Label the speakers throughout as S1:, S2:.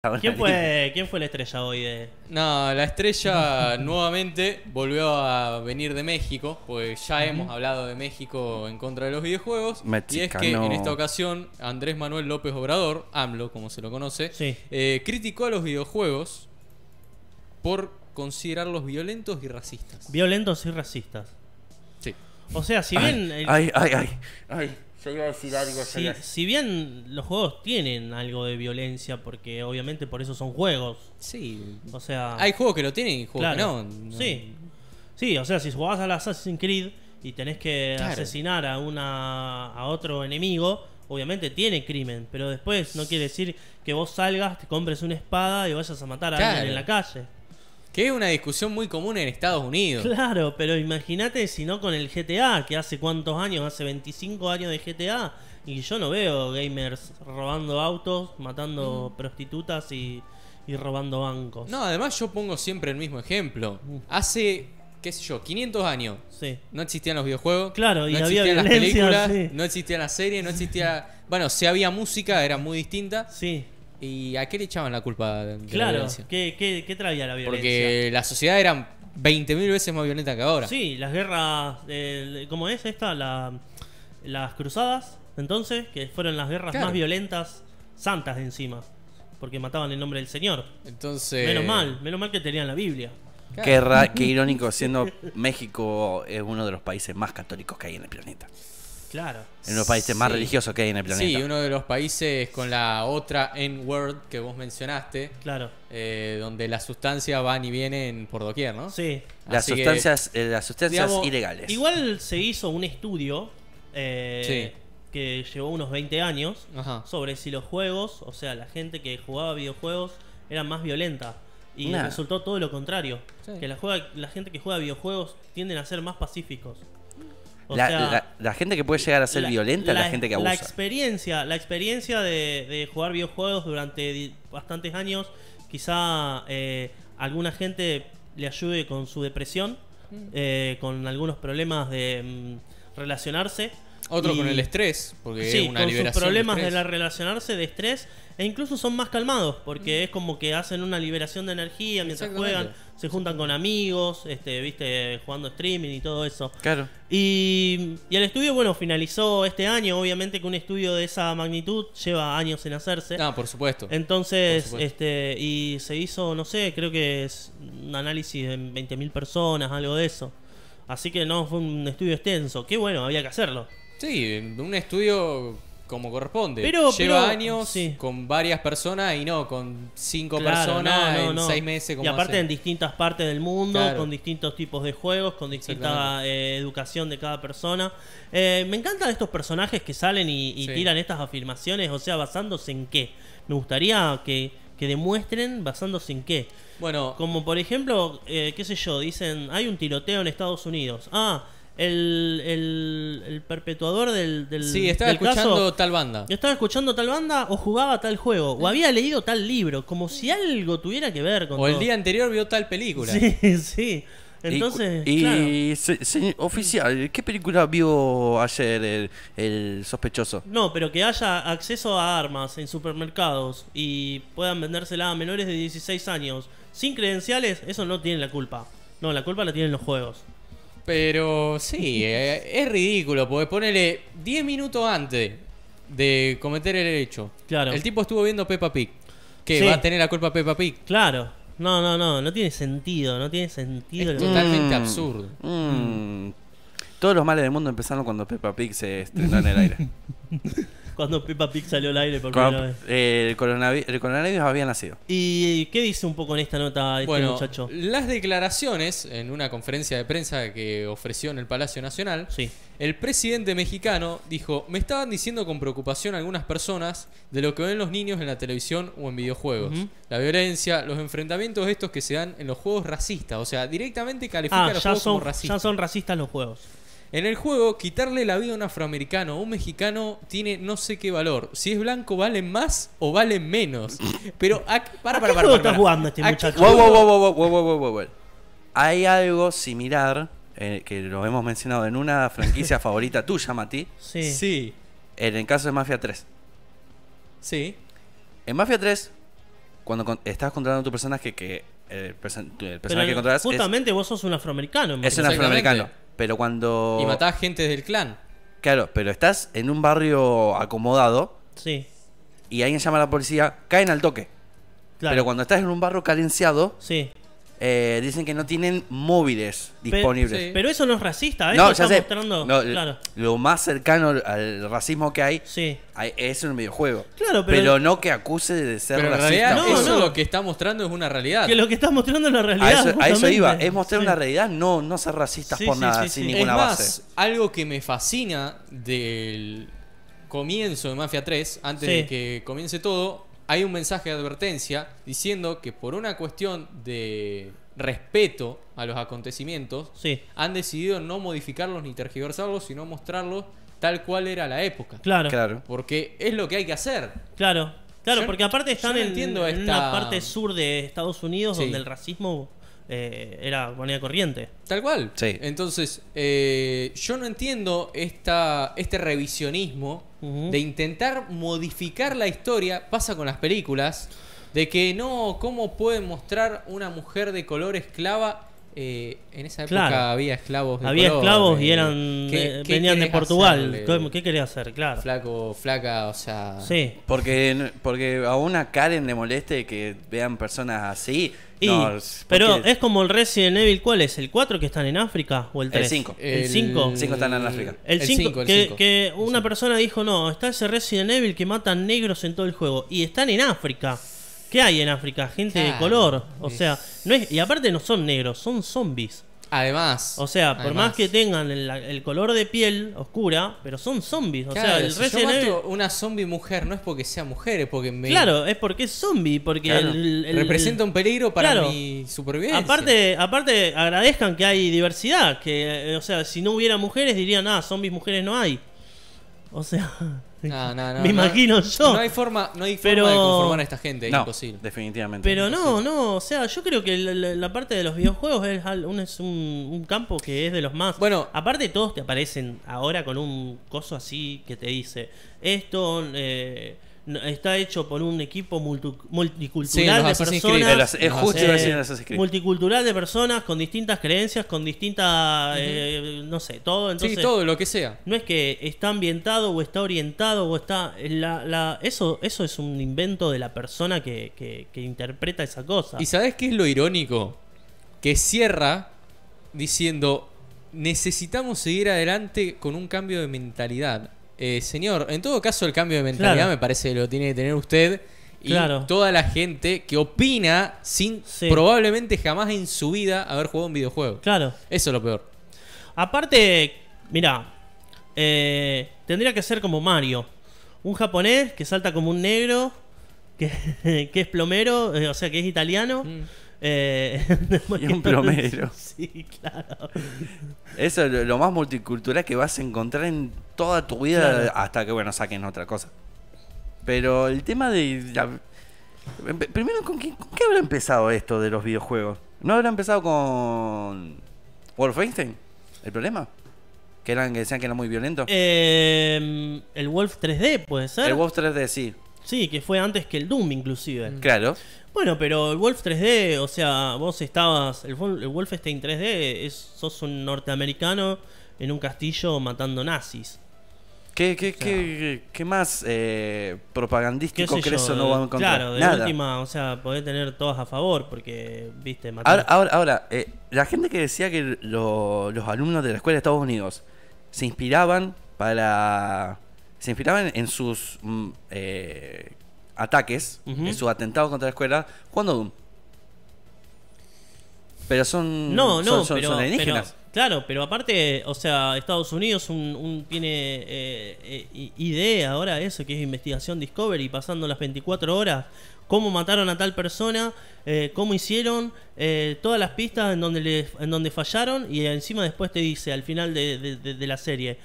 S1: ¿Quién fue, ¿Quién fue la estrella hoy de.?
S2: No, la estrella nuevamente volvió a venir de México, pues ya hemos hablado de México en contra de los videojuegos. Y es que
S3: Mexicano.
S2: en esta ocasión Andrés Manuel López Obrador, AMLO como se lo conoce,
S1: Sí.
S2: eh, criticó a los videojuegos por considerarlos violentos y racistas.
S1: Violentos y racistas.
S2: Sí.
S1: O sea, si bien. el-
S3: Ay, ay, ay. Ay, yo iba a decir algo. yo
S1: si,
S3: iba a-
S1: si bien los juegos tienen algo de violencia, porque obviamente por eso son juegos.
S2: Sí.
S1: O sea.
S2: Ah. Hay juegos que lo tienen y juegos
S1: claro.
S2: que no. no.
S1: Sí. Sí, o sea, si jugabas al Assassin's Creed y tenés que
S2: Claro.
S1: asesinar a una a otro enemigo, obviamente tiene crimen, pero después no quiere decir que vos salgas, te compres una espada y vayas a matar a
S2: Claro.
S1: alguien en la calle.
S2: Que es una discusión muy común en Estados Unidos.
S1: Claro, pero imagínate si no con el GTA, que hace cuántos años, hace 25 años de GTA, y yo no veo gamers robando autos, matando prostitutas y, y robando bancos.
S2: Mm. No, además yo pongo siempre el mismo ejemplo. Hace, qué sé yo, 500 años
S1: Sí.
S2: no existían los videojuegos,
S1: Claro, y
S2: no
S1: había
S2: existían las
S1: violencia,
S2: películas,
S1: sí.
S2: no existían las series, no existía... Bueno, si había música era muy distinta.
S1: Sí,
S2: ¿Y a qué le echaban la culpa de la
S1: claro.
S2: violencia?
S1: ¿Qué, qué, qué traía la violencia?
S2: Porque la sociedad era 20.000 veces más violenta que ahora.
S1: Sí, las guerras, eh, ¿cómo es esta? La- las cruzadas, entonces, que fueron las guerras
S2: Claro.
S1: más violentas, santas de encima, porque mataban en nombre del Señor.
S2: Entonces...
S1: Menos mal, menos mal que tenían la Biblia.
S2: Claro.
S3: Qué, ra- qué irónico, siendo México es uno de los países más católicos que hay en el planeta.
S1: Claro.
S3: Uno de los países más
S2: Sí.
S3: religiosos que hay en el planeta.
S2: Sí, uno de los países con la otra N-word que vos mencionaste,
S1: Claro.
S2: eh, donde las sustancias van y vienen por doquier, ¿no?
S1: Sí.
S3: Las
S2: Así que-
S3: sustancias, eh, las sustancias
S2: digamos,
S3: ilegales.
S1: Igual se hizo un estudio eh,
S2: Sí.
S1: que llevó unos 20 años
S2: Ajá.
S1: sobre si los juegos, o sea, la gente que jugaba videojuegos era más violenta. Y
S3: Nah.
S1: resultó todo lo contrario.
S2: Sí.
S1: Que la, juega- la gente que juega videojuegos tienden a ser más pacíficos. O
S3: la,
S1: sea,
S3: la- la gente que puede llegar a ser
S1: la-
S3: violenta es la gente que
S1: La
S3: abusa.
S1: experiencia, la experiencia de, de jugar videojuegos durante di- bastantes años, quizá eh, alguna gente le ayude con su depresión, eh, con algunos problemas de mm, relacionarse.
S2: Otro
S1: Y-
S2: con el estrés, porque
S1: Sí,
S2: es una
S1: con sus
S2: liberación.
S1: problemas
S2: de
S1: de, la
S2: estrés.
S1: relacionarse, de estrés, e incluso son más calmados, porque es como que hacen una liberación de energía mientras
S2: Exactamente.
S1: juegan, se juntan con amigos, este, viste, jugando streaming y todo eso.
S3: Claro.
S1: Y, y el estudio, bueno, finalizó este año. Obviamente que un estudio de esa magnitud lleva años en hacerse.
S2: No, por supuesto.
S1: Entonces,
S2: Por supuesto.
S1: este, y se hizo, no sé, creo que es un análisis en 20.000 personas, algo de eso. Así que no, fue un estudio extenso. Qué bueno, había que hacerlo.
S2: Sí, un estudio como corresponde.
S1: Pero-
S2: Lleva
S1: pero-
S2: años
S1: sí.
S2: con varias personas y no con cinco
S1: Claro,
S2: personas
S1: no, no,
S2: en
S1: no.
S2: seis meses. Como
S1: Y aparte
S2: hacen.
S1: en distintas partes del mundo,
S2: Claro.
S1: con distintos tipos de juegos, con distinta eh, educación de cada persona. Eh, me encantan estos personajes que salen y, y
S2: Sí.
S1: tiran estas afirmaciones, o sea, basándose en qué. Me gustaría que, que demuestren basándose en qué.
S2: Bueno,
S1: Como por ejemplo, eh, qué sé yo, dicen, hay un tiroteo en Estados Unidos. Ah, el, el- el perpetuador del, del,
S2: sí, estaba
S1: del caso-
S2: escuchando tal banda.
S1: yo estaba escuchando tal banda o jugaba tal juego o había leído tal libro, como si algo tuviera que ver con
S2: O el
S1: todo.
S2: día anterior vio tal película.
S1: Sí, sí.
S3: Y cu-
S1: Entonces,
S3: y,
S1: claro.
S3: se- se- oficial, ¿qué película vio ayer el, el sospechoso?
S1: No, pero que haya acceso a armas en supermercados y puedan vendérselas a menores de 16 años sin credenciales, eso no tiene la culpa. No, la culpa la tienen los juegos.
S2: Pero sí, eh, es ridículo, porque ponele 10 minutos antes de cometer el hecho.
S1: Claro.
S2: El tipo estuvo viendo Peppa Pig. Que
S1: Sí.
S2: va a tener la culpa Peppa Pig.
S1: Claro. No, no, no, no tiene sentido, no tiene sentido.
S2: Es
S1: lo-
S2: totalmente absurdo.
S3: Mm. Todos los males del mundo empezaron cuando Peppa Pig se estrenó en el aire.
S1: Cuando Peppa Pig salió al aire por primera
S3: Cuando,
S1: vez.
S3: eh, el, coronavi- el coronavirus había nacido.
S1: ¿Y qué dice un poco en esta nota este
S2: Bueno,
S1: muchacho?
S2: las declaraciones en una conferencia de prensa que ofreció en el Palacio Nacional,
S1: Sí.
S2: el presidente mexicano dijo, me estaban diciendo con preocupación algunas personas de lo que ven los niños en la televisión o en videojuegos. La violencia, los enfrentamientos estos que se dan en los juegos racistas, o sea, directamente califica
S1: Ah,
S2: los
S1: ya
S2: juegos
S1: son,
S2: como racistas.
S1: ya son racistas los juegos.
S2: En el juego, quitarle la vida a un afroamericano o un mexicano tiene no sé qué valor. Si es blanco, vale más o vale menos. Pero, ¿a qué- para,
S1: ¿A
S2: para,
S1: qué juego
S2: para, para,
S1: estás
S2: para.
S1: jugando este
S2: ¿A qué
S1: muchacho?
S3: Wow,
S2: juego-
S3: wow, wow, wow, wow, wow, wow, wow, wow. Hay algo similar eh, que lo hemos mencionado en una franquicia favorita tuya, Mati.
S1: Sí.
S2: Sí,
S3: En el caso de Mafia 3.
S2: sí.
S3: En Mafia 3, cuando con- estás contratando a tu personaje, que eh, el, person- tu- el
S1: Pero
S3: personaje que contratas es,
S1: justamente vos sos un afroamericano. me
S3: es un
S1: imagino.
S2: Exactamente.
S3: afroamericano. Pero cuando.
S2: Y matás gente del clan.
S3: Claro, pero estás en un barrio acomodado
S1: Sí,
S3: y alguien llama a la policía, caen al toque.
S1: claro.
S3: Pero cuando estás en un barrio carenciado,
S1: Sí.
S3: eh, dicen que no tienen móviles disponibles.
S2: sí.
S1: Pero eso no es racista, ¿eh?
S3: No,
S1: Lo
S3: ya
S1: está
S3: sé.
S1: mostrando-
S3: No, eh.
S1: Claro.
S3: Lo más cercano al racismo que hay
S1: Sí.
S3: hay- es en un videojuego.
S1: Claro, pero-
S3: no que acuse de ser
S2: Pero en
S3: racista.
S2: realidad
S1: No,
S2: eso
S1: no.
S2: lo que está mostrando es una realidad.
S1: Que lo que estás mostrando es la realidad.
S3: a, eso, a eso
S1: justamente.
S3: iba, es mostrar
S1: Sí.
S3: una realidad, no, no ser racistas
S1: Sí,
S3: por
S1: sí,
S3: nada,
S1: sí,
S3: sin
S1: sí.
S2: es
S3: ninguna
S2: más,
S3: base.
S2: algo que me fascina del comienzo de Mafia 3, antes
S1: Sí.
S2: de que comience todo, hay un mensaje de advertencia diciendo que por una cuestión de respeto a los acontecimientos,
S1: Sí.
S2: han decidido no modificarlos ni tergiversarlos, sino mostrarlos tal cual era la época.
S1: Claro. Claro.
S3: Claro.
S2: Porque es lo que hay que hacer.
S1: Claro.
S2: Yo-
S1: porque aparte están
S2: yo no
S1: en,
S2: entiendo
S1: en
S2: esta-
S1: una parte sur de Estados Unidos
S2: Sí.
S1: donde el racismo eh, era moneda corriente.
S2: Tal cual.
S3: Sí.
S2: Entonces, eh, yo no entiendo esta, este revisionismo
S1: Ujú.
S2: de intentar modificar la historia. Pasa con las películas. De que no, ¿cómo pueden mostrar una mujer de color esclava? Eh, en esa época
S1: Claro.
S2: había esclavos de
S1: Había
S2: color,
S1: esclavos y
S2: eh,
S1: eran
S2: ¿qué-
S1: eh,
S2: qué
S1: venían de
S2: querés
S1: Portugal.
S2: hacerle?
S1: ¿Cómo- ¿Qué quería hacer? Claro.
S2: Flaco, flaca, o sea.
S1: Sí.
S3: Porque, porque a una Karen le moleste que vean personas así.
S1: Y-
S3: no, es-
S1: pero
S3: porque-
S1: es como el Resident Evil, ¿cuál es? ¿El 4 que están en África o el
S3: El
S1: 3?
S3: cinco.
S1: ¿El 5?
S3: Cinco están en África.
S1: El 5,
S2: el
S1: que,
S2: cinco.
S1: que una persona dijo, no, está ese Resident Evil que matan negros en todo el juego. Y están en África. ¿Qué hay en África? Gente de
S2: Claro.
S1: color. O
S2: Sí.
S1: sea, no es, y aparte no son negros, son zombies.
S2: Además.
S1: O sea, por
S2: además.
S1: más que tengan el, el color de piel oscura, pero son zombies. O
S2: Claro,
S1: sea, el
S2: si
S1: Resident
S2: yo
S1: Evil...
S2: mato una zombie mujer no es porque sea mujer, es porque me
S1: Claro, es porque es zombie, porque
S3: Claro.
S1: el, el-
S2: representa un peligro para
S1: Claro.
S2: mi supervivencia.
S1: Aparte, aparte agradezcan que hay diversidad, que eh, o sea, si no hubiera mujeres dirían, ah, zombies mujeres no hay. O sea,
S2: No, no, no,
S1: me
S2: no.
S1: imagino yo.
S2: No hay forma, no hay forma
S1: Pero-
S2: de conformar a esta gente, es
S3: no,
S2: imposible.
S3: definitivamente.
S1: Pero no, no, o sea, yo creo que la, la- la parte de los videojuegos es al- un, es un, un campo que es de los más...
S2: Bueno.
S1: aparte todos te aparecen ahora con un coso así que te dice, esto eh, no- está hecho por un equipo multu-
S2: Sí, los
S1: multicultural de
S2: Assassin's Creed.
S1: personas...
S3: De las- es
S2: No,
S3: justo
S2: sí.
S3: iba a
S1: Eh,
S3: decir en Assassin's Creed.
S1: multicultural de personas con distintas creencias, con distintas, eh, no sé, todo. Entonces,
S2: sí, todo lo que sea.
S1: no es que está ambientado o está orientado o está... eh, La, la- eso, eso es un invento de la persona que, que- que interpreta esa cosa.
S2: ¿Y sabes qué es lo irónico? Que cierra diciendo, necesitamos seguir adelante con un cambio de mentalidad. Eh, señor, en todo caso el cambio de mentalidad
S1: Claro.
S2: me parece que lo tiene que tener usted y
S1: Claro.
S2: toda la gente que opina sin
S1: Sí.
S2: probablemente jamás en su vida haber jugado un videojuego.
S1: Claro.
S2: Eso es lo peor.
S1: Aparte, mira, tendría que ser como Mario. Un japonés que salta como un negro, que, que es plomero, eh, o sea, que es italiano. eh,
S3: Mm. Y un plomero.
S1: Sí, claro.
S3: Eso es lo, lo más multicultural que vas a encontrar en toda tu vida
S1: Claro.
S3: hasta que, bueno, saquen otra cosa. Pero el tema de... la- Em- Primero, ¿con qué, con qué habrá empezado esto de los videojuegos? ¿No habrá empezado con Wolfenstein? ¿El problema? Que, eran, que decían que era muy violento.
S1: Eh, el Wolf 3D puede ser.
S3: el Wolf 3D, sí.
S1: Sí, que fue antes que el Doom inclusive.
S3: Claro.
S1: Bueno, pero el Wolf 3D, o sea, vos estabas. El, Wol- el Wolfenstein 3D, es, sos un norteamericano en un castillo matando nazis.
S3: ¿Qué, qué, qué, qué más eh, propagandístico crees o no van a encontrar?
S1: Claro, de
S3: Nada.
S1: última, o sea, podés tener todas a favor porque, viste, matar.
S3: Ahora, ahora, ahora, eh, la gente que decía que lo- los alumnos de la escuela de Estados Unidos se inspiraban para. Se inspiraban en sus mm, eh, ataques,
S1: Ujú.
S3: en sus atentados contra la escuela, jugando Doom. Pero son.
S1: no, no,
S3: son, son-
S1: pero,
S3: son
S1: pero-
S3: alienígenas.
S1: Claro, pero aparte, o sea, Estados Unidos un, un- tiene eh, eh, i- idea ahora eso, que es investigación Discovery, pasando las 24 horas, cómo mataron a tal persona, eh, cómo hicieron, eh, todas las pistas en donde, le, en donde fallaron y encima después te dice al final de, de- de- de la serie.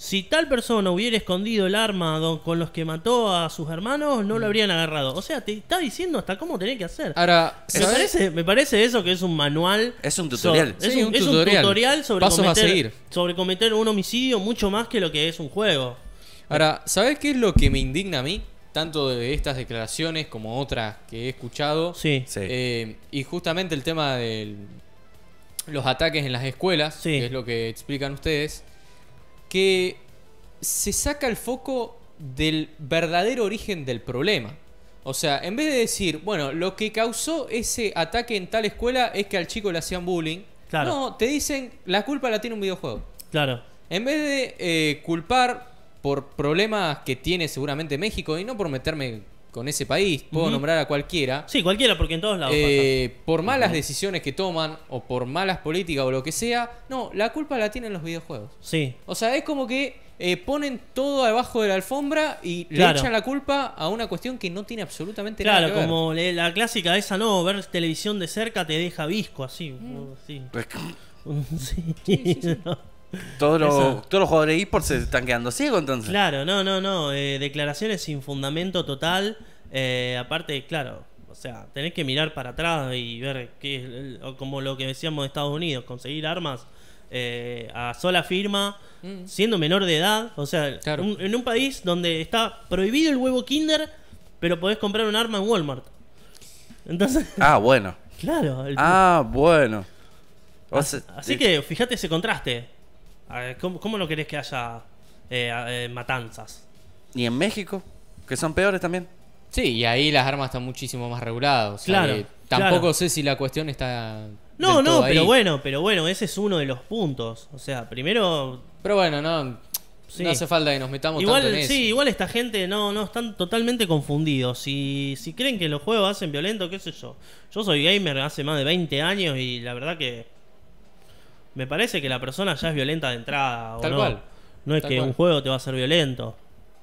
S1: Si tal persona hubiera escondido el arma do- con los que mató a sus hermanos, no lo habrían agarrado. O sea, te está diciendo hasta cómo tenés que hacer.
S2: Ahora,
S1: Me
S2: ¿sabes?
S1: parece, me parece eso que es un manual.
S3: Es un tutorial.
S1: So- es,
S2: Sí,
S1: un,
S2: un
S1: es un tutorial.
S2: tutorial.
S1: sobre
S2: Pasos a
S1: cometer,
S2: seguir.
S1: sobre cometer un homicidio mucho más que lo que es un juego.
S2: Ahora, ¿sabes qué es lo que me indigna a mí? tanto de estas declaraciones como otras que he escuchado.
S1: Sí.
S3: Sí.
S2: Eh, y justamente el tema de los ataques en las escuelas,
S1: Sí.
S2: que es lo que explican ustedes, que se saca el foco del verdadero origen del problema. O sea, en vez de decir, bueno, lo que causó ese ataque en tal escuela es que al chico le hacían bullying,
S1: Claro.
S2: no, te dicen, la culpa la tiene un videojuego.
S1: Claro.
S2: En vez de eh, culpar por problemas que tiene seguramente México, y no por meterme con ese país, puedo
S1: Ujú.
S2: nombrar a cualquiera,
S1: Sí, cualquiera, porque en todos lados
S2: eh, por malas decisiones que toman o por malas políticas o lo que sea, no, la culpa la tienen los videojuegos.
S1: pasa. Sí.
S2: O sea, es como que eh, ponen todo debajo de la alfombra y
S1: Claro.
S2: le echan la culpa a una cuestión que no tiene absolutamente
S1: Claro,
S2: nada que ver.
S1: como le- la clásica esa, no, ver televisión de cerca te deja visco, así. Sí. Sí. No.
S3: Todos
S1: Eso.
S3: los, todos los jugadores de eSports se están quedando ciegos entonces.
S1: Claro, no, no, no. eh, declaraciones sin fundamento total. eh, aparte, claro, o sea, tenés que mirar para atrás y ver qué es el- o como lo que decíamos de Estados Unidos, conseguir armas eh, a sola firma, siendo menor de edad. O sea,
S2: Claro.
S1: un- en un país donde está prohibido el huevo Kinder, pero podés comprar un arma en Walmart. Entonces,
S3: Ah, bueno.
S1: claro. el-
S3: Ah, bueno. O
S1: Así,
S3: sea,
S1: así
S3: eh,
S1: que fíjate ese contraste. A ver, ¿cómo, ¿Cómo no querés que haya eh, a- eh, matanzas?
S3: Y en México, que son peores también.
S2: Sí, y ahí las armas están muchísimo más reguladas. o sea,
S1: Claro,
S2: que tampoco
S1: claro.
S2: sé si la cuestión está...
S1: No,
S2: del todo
S1: no, pero
S2: ahí.
S1: bueno, pero bueno, ese es uno de los puntos. O sea, primero.
S2: Pero bueno, no,
S1: Sí.
S2: no hace falta que nos metamos tanto en
S1: Igual,
S2: eso.
S1: sí, igual esta gente no, no, están totalmente confundidos. Si, si creen que los juegos hacen violento, qué sé yo. Yo soy gamer hace más de 20 años y la verdad que. Me parece que la persona ya es violenta de entrada. ¿o
S2: Tal
S1: no?
S2: cual.
S1: No es
S2: Tal
S1: que
S2: cual.
S1: un juego te va a hacer violento.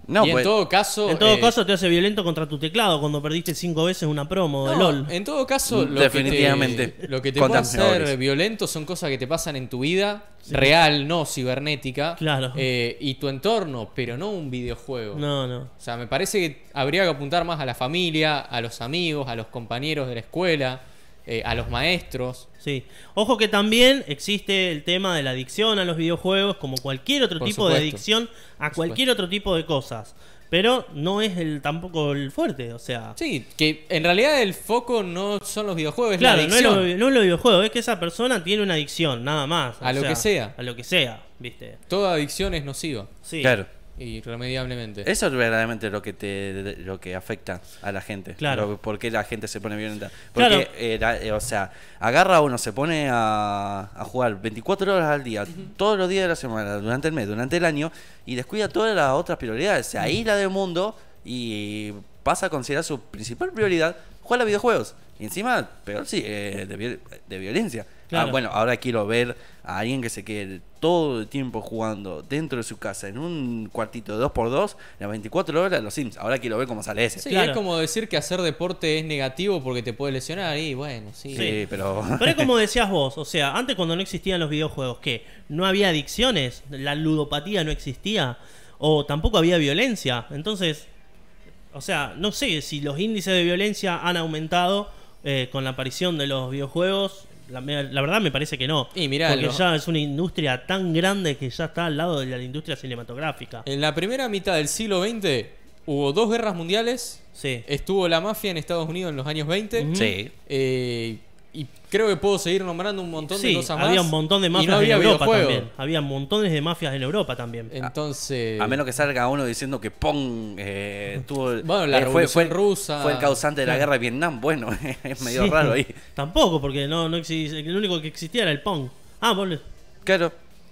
S3: No,
S2: y en
S3: pues,
S2: todo caso...
S1: En todo
S2: eh,
S1: caso, te hace violento contra tu teclado cuando perdiste cinco veces una promo de
S2: no,
S1: LOL.
S2: En todo caso, lo
S3: Definitivamente.
S2: que te, lo que te puede
S3: Contra
S2: hacer
S3: menores.
S2: violento son cosas que te pasan en tu vida real, no cibernética,
S1: Claro.
S2: eh, y tu entorno, pero no un videojuego.
S1: No, no.
S2: O sea, me parece que habría que apuntar más a la familia, a los amigos, a los compañeros de la escuela, eh, a los maestros.
S1: Sí. Ojo que también existe el tema de la adicción a los videojuegos, como cualquier otro
S2: Por
S1: tipo de
S2: supuesto.
S1: adicción a
S2: Por
S1: cualquier otro tipo de cosas. Pero no es el tampoco el fuerte, o sea.
S2: Sí, que en realidad el foco no son los videojuegos, es
S1: claro,
S2: la
S1: no es, lo,
S2: adicción.
S1: no es lo videojuego, es que esa persona tiene una adicción, nada más. o
S2: A lo que sea.
S1: A lo que sea, ¿viste?
S2: Toda adicción es nociva,
S1: Sí.
S3: claro.
S2: irremediablemente.
S3: Eso es verdaderamente lo que te lo que afecta a la gente.
S1: Claro.
S3: Lo- por qué la gente se pone violenta. Porque,
S1: Claro.
S3: eh, la- eh, o sea, agarra a uno, se pone a, a jugar 24 horas al día, todos los días de la semana, durante el mes, durante el año, y descuida todas las otras prioridades. Se aísla del mundo y pasa a considerar su principal prioridad jugar a videojuegos. Y encima, peor sí, eh, de, viol- de violencia.
S1: Claro.
S3: Ah, bueno, ahora quiero ver a alguien que se quede todo el tiempo jugando dentro de su casa en un cuartito de 2x2 las 24 horas los Sims. Ahora quiero ver cómo sale ese.
S2: Sí,
S1: Claro.
S2: es como decir que hacer deporte es negativo porque te puede lesionar y bueno, sí.
S3: Sí, pero.
S1: Pero es como decías vos, o sea, antes cuando no existían los videojuegos, que no había adicciones, la ludopatía no existía, o tampoco había violencia. Entonces, o sea, no sé si los índices de violencia han aumentado eh, con la aparición de los videojuegos. La, me- la verdad me parece que no.
S2: Y mirá,
S1: porque
S2: lo-
S1: ya es una industria tan grande que ya está al lado de la industria cinematográfica.
S2: En la primera mitad del siglo XX hubo dos guerras mundiales.
S1: Sí.
S2: Estuvo la mafia en Estados Unidos en los años 20.
S3: Sí.
S2: Eh, y creo que puedo seguir nombrando un montón de
S1: Sí,
S2: cosas más.
S1: había un montón de
S2: Y
S1: mafias
S2: no había
S1: en Europa
S2: videojuegos.
S1: también. Había montones de mafias en Europa también.
S2: Entonces.
S3: A menos que salga uno diciendo que Pong eh, tuvo.
S2: Bueno, la
S3: eh, fue, fue-
S2: Revolución Rusa.
S3: Fue el causante de la guerra de Vietnam. Bueno, es medio
S1: Sí.
S3: raro ahí.
S1: Tampoco, porque no, no existe. El único que existía era el Pong. Ah, vos le-
S3: Claro.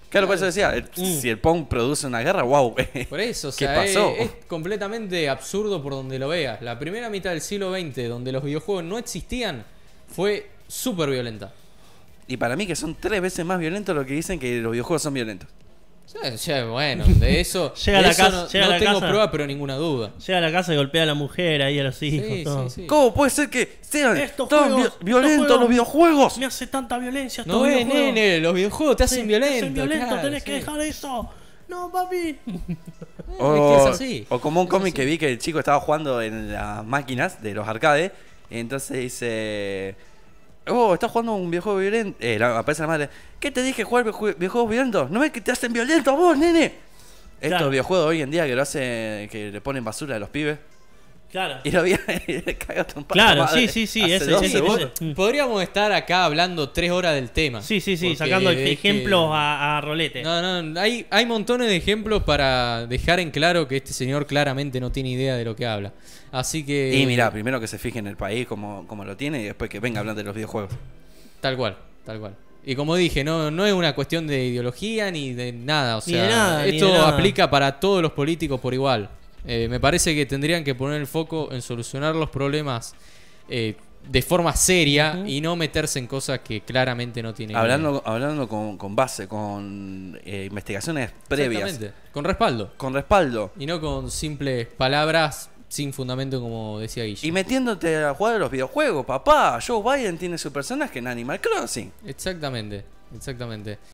S3: Claro, por eso decía, el- si el Pong produce una guerra, wow.
S2: Por eso, o
S3: ¿Qué
S2: sea,
S3: pasó?
S2: Es, es completamente absurdo por donde lo veas. La primera mitad del siglo XX, donde los videojuegos no existían, fue súper violenta.
S3: Y para mí que son tres veces más violentos lo que dicen que los videojuegos son violentos.
S2: Sí, sí, bueno, de eso,
S1: Llega
S2: de
S1: la
S2: eso
S1: casa-
S2: no,
S1: llega
S2: no
S1: la
S2: tengo
S1: casa.
S2: prueba, pero ninguna duda.
S1: llega a la casa y golpea a la mujer ahí a los hijos.
S2: Sí,
S1: todo.
S2: sí, sí.
S3: ¿Cómo puede ser que sean
S1: Estos
S3: tan
S1: juegos-
S3: vi-
S1: estos
S3: violentos
S1: juegos-
S3: los videojuegos?
S1: Me hace tanta violencia.
S2: No
S1: estos
S2: ves,
S1: videojuegos.
S2: nene, los videojuegos te
S1: Sí,
S2: hacen
S1: me
S2: violento.
S1: hacen violento,
S2: claro,
S1: tenés que
S2: sí.
S1: dejar eso. No, papi.
S2: Eh,
S3: O,
S2: es que es así.
S3: Oh. o como un cómic que vi que el chico estaba jugando en las máquinas de los arcades. Entonces dice. Oh, estás jugando un videojuego violento. Eh, la- aparece la madre. ¿Qué te dije jugar videojue- videojuegos violentos? ¿No ves que te hacen violento a vos, nene? Estos
S1: Claro.
S3: videojuegos hoy en día que lo hacen. que le ponen basura a los pibes.
S1: Claro.
S3: Y lo había cagado un
S1: Claro, sí, sí, sí,
S3: Hace
S1: ese-
S3: dos
S1: ese- ese-
S3: segundos.
S1: Mm.
S2: Podríamos estar acá hablando tres horas del tema.
S1: Sí, sí, sí,
S2: Porque
S1: sacando
S2: es que-
S1: ejemplos a, a rolete.
S2: No, no, hay, hay montones de ejemplos para dejar en claro que este señor claramente no tiene idea de lo que habla. Así que.
S3: Y mirá, primero que se fije en el país como, como lo tiene y después que venga hablando de los videojuegos.
S2: Tal cual, tal cual. Y como dije, no, no es una cuestión de ideología ni de nada. O
S1: Ni
S2: sea,
S1: de nada, ni de
S2: esto
S1: nada.
S2: aplica para todos los políticos por igual. Eh, me parece que tendrían que poner el foco en solucionar los problemas eh, de forma seria y no meterse en cosas que claramente no tienen.
S3: Hablando, hablando con, con base, con eh, investigaciones previas,
S2: Exactamente, con respaldo.
S3: con respaldo
S2: Y no con simples palabras sin fundamento, como decía Guille.
S3: y metiéndote a jugar a los videojuegos, papá. Joe Biden tiene su personaje en Animal Crossing.
S2: Exactamente, exactamente.